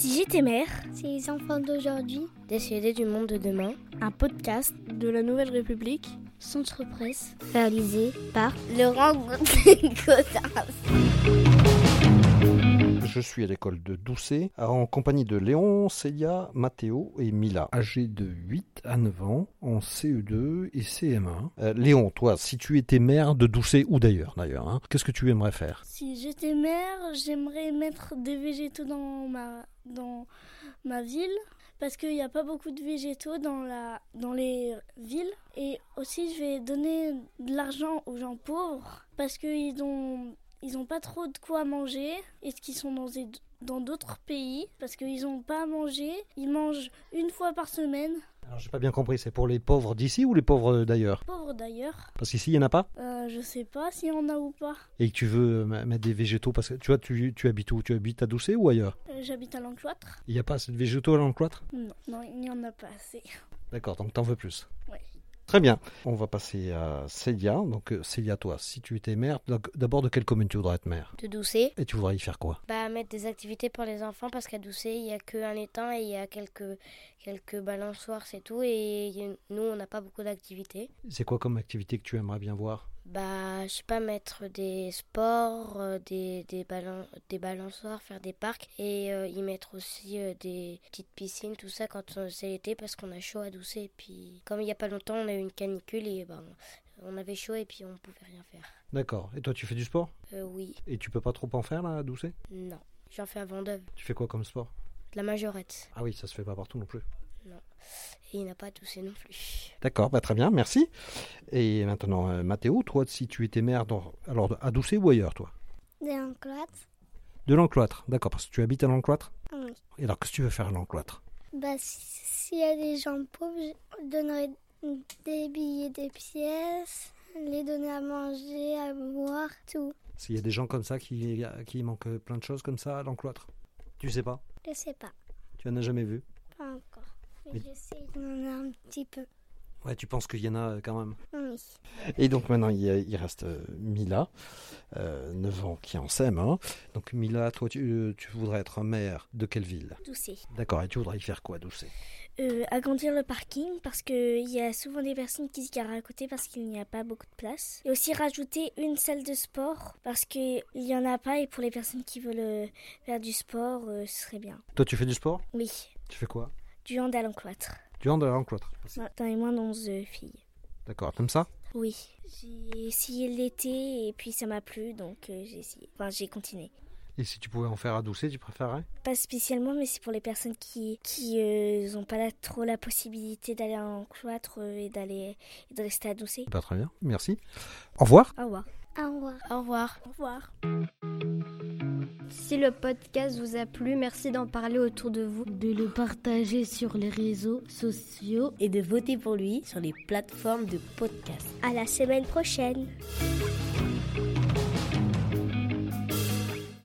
Minute et Mère, C'est les enfants d'aujourd'hui, Décédés du monde de demain, un podcast de la Nouvelle République, Centre Presse, réalisé par Laurent Gaudin. Je suis à l'école de Doucet en compagnie de Léon, Célia, Mathéo et Mila, âgés de 8 à 9 ans en CE2 et CM1. Euh, Léon, toi, si tu étais maire de Doucet ou d'ailleurs, d'ailleurs, hein, qu'est-ce que tu aimerais faire Si j'étais maire, j'aimerais mettre des végétaux dans ma, dans ma ville parce qu'il n'y a pas beaucoup de végétaux dans, la, dans les villes. Et aussi, je vais donner de l'argent aux gens pauvres parce qu'ils ont, ils ont pas trop de quoi manger et qu'ils sont dans des- dans d'autres pays parce qu'ils n'ont pas à manger. Ils mangent une fois par semaine, Alors, j'ai pas bien compris, c'est pour les pauvres d'ici ou les pauvres d'ailleurs pauvres d'ailleurs. Parce qu'ici, il n'y en a pas Euh, je sais pas s'il y en a ou pas. Et que tu veux euh, mettre des végétaux parce que tu vois, tu, tu habites où Tu habites à Doucet ou ailleurs Euh, J'habite à l'encloître. Il n'y a pas assez de végétaux dans le cloître Non, non, il n'y en a pas assez. D'accord, donc t'en veux plus. Ouais. Très bien. On va passer à Célia. Donc euh, Célia, toi, si tu étais maire, donc, d'abord de quelle commune tu voudrais être maire De Doucet, Et tu voudrais y faire quoi bah, mettre des activités pour les enfants parce qu'à Doucet, il n'y a qu'un étang et il y a quelques, quelques balançoires, c'est tout. Et y- nous, on n'a pas beaucoup d'activités. C'est quoi comme activité que tu aimerais bien voir Bah, je sais pas, mettre des sports, euh, des, des, balan- des balançoires, faire des parcs et euh, y mettre aussi euh, des petites piscines, tout ça quand euh, c'est l'été parce qu'on a chaud à Doucet. Et puis, comme il n'y a pas longtemps, on a eu une canicule et ben, on avait chaud et puis on pouvait rien faire. D'accord. Et toi, tu fais du sport Euh, oui, Et tu peux pas trop en faire là, à Doucet non. J'en fais à Vendôme, Tu fais quoi comme sport de la majorette. Ah oui, ça se fait pas partout non plus. Et il n'a pas à Doucet non plus. D'accord, bah, très bien, merci. Et maintenant, euh, Mathéo, toi, si tu étais maire, dans... alors à Doucet ou ailleurs, toi Des encloîtres De l'encloître, d'accord, parce que tu habites à l'encloître Oui. Et alors, qu'est-ce que tu veux faire à l'encloître Bah, s'il y a des gens pauvres, je donnerais des billets, des pièces, les donner à manger, à boire, tout. S'il y a des gens comme ça qui, qui manquent plein de choses comme ça à l'encloître Tu sais pas Je sais pas, Tu en as jamais vu pas encore. Mais, Mais- je sais qu'il y en a un petit peu. Ouais, tu penses qu'il y en a euh, quand même. Oui. Et donc maintenant, il, y a- il reste euh, Mila, euh, 9 ans, qui en sème. hein. Donc Mila, toi, tu, euh, tu voudrais être maire de quelle ville Doucet. D'accord, et tu voudrais y faire quoi, Doucet Euh, agrandir le parking parce qu'il y a souvent des personnes qui se garent à côté parce qu'il n'y a pas beaucoup de place. Et aussi rajouter une salle de sport parce qu'il n'y en a pas et pour les personnes qui veulent euh, faire du sport, euh, ce serait bien. Toi, tu fais du sport Oui, Tu fais quoi du hand à l'encloître. Tu rentres à l'encloître Dans les moins de 11 filles. D'accord, comme ça Oui. J'ai essayé l'été et puis ça m'a plu donc euh, j'ai essayé. Enfin, j'ai continué. Et si tu pouvais en faire à Doucet, tu préférerais Pas spécialement, mais c'est pour les personnes qui qui euh, ont pas la- trop la possibilité d'aller en cloître euh, et d'aller et de rester adoucé. Pas très bien, merci. Au revoir Au revoir. Au revoir. Au revoir. Au revoir. Si le podcast vous a plu, merci d'en parler autour de vous. de le partager sur les réseaux sociaux et de voter pour lui sur les plateformes de podcast. À la semaine prochaine.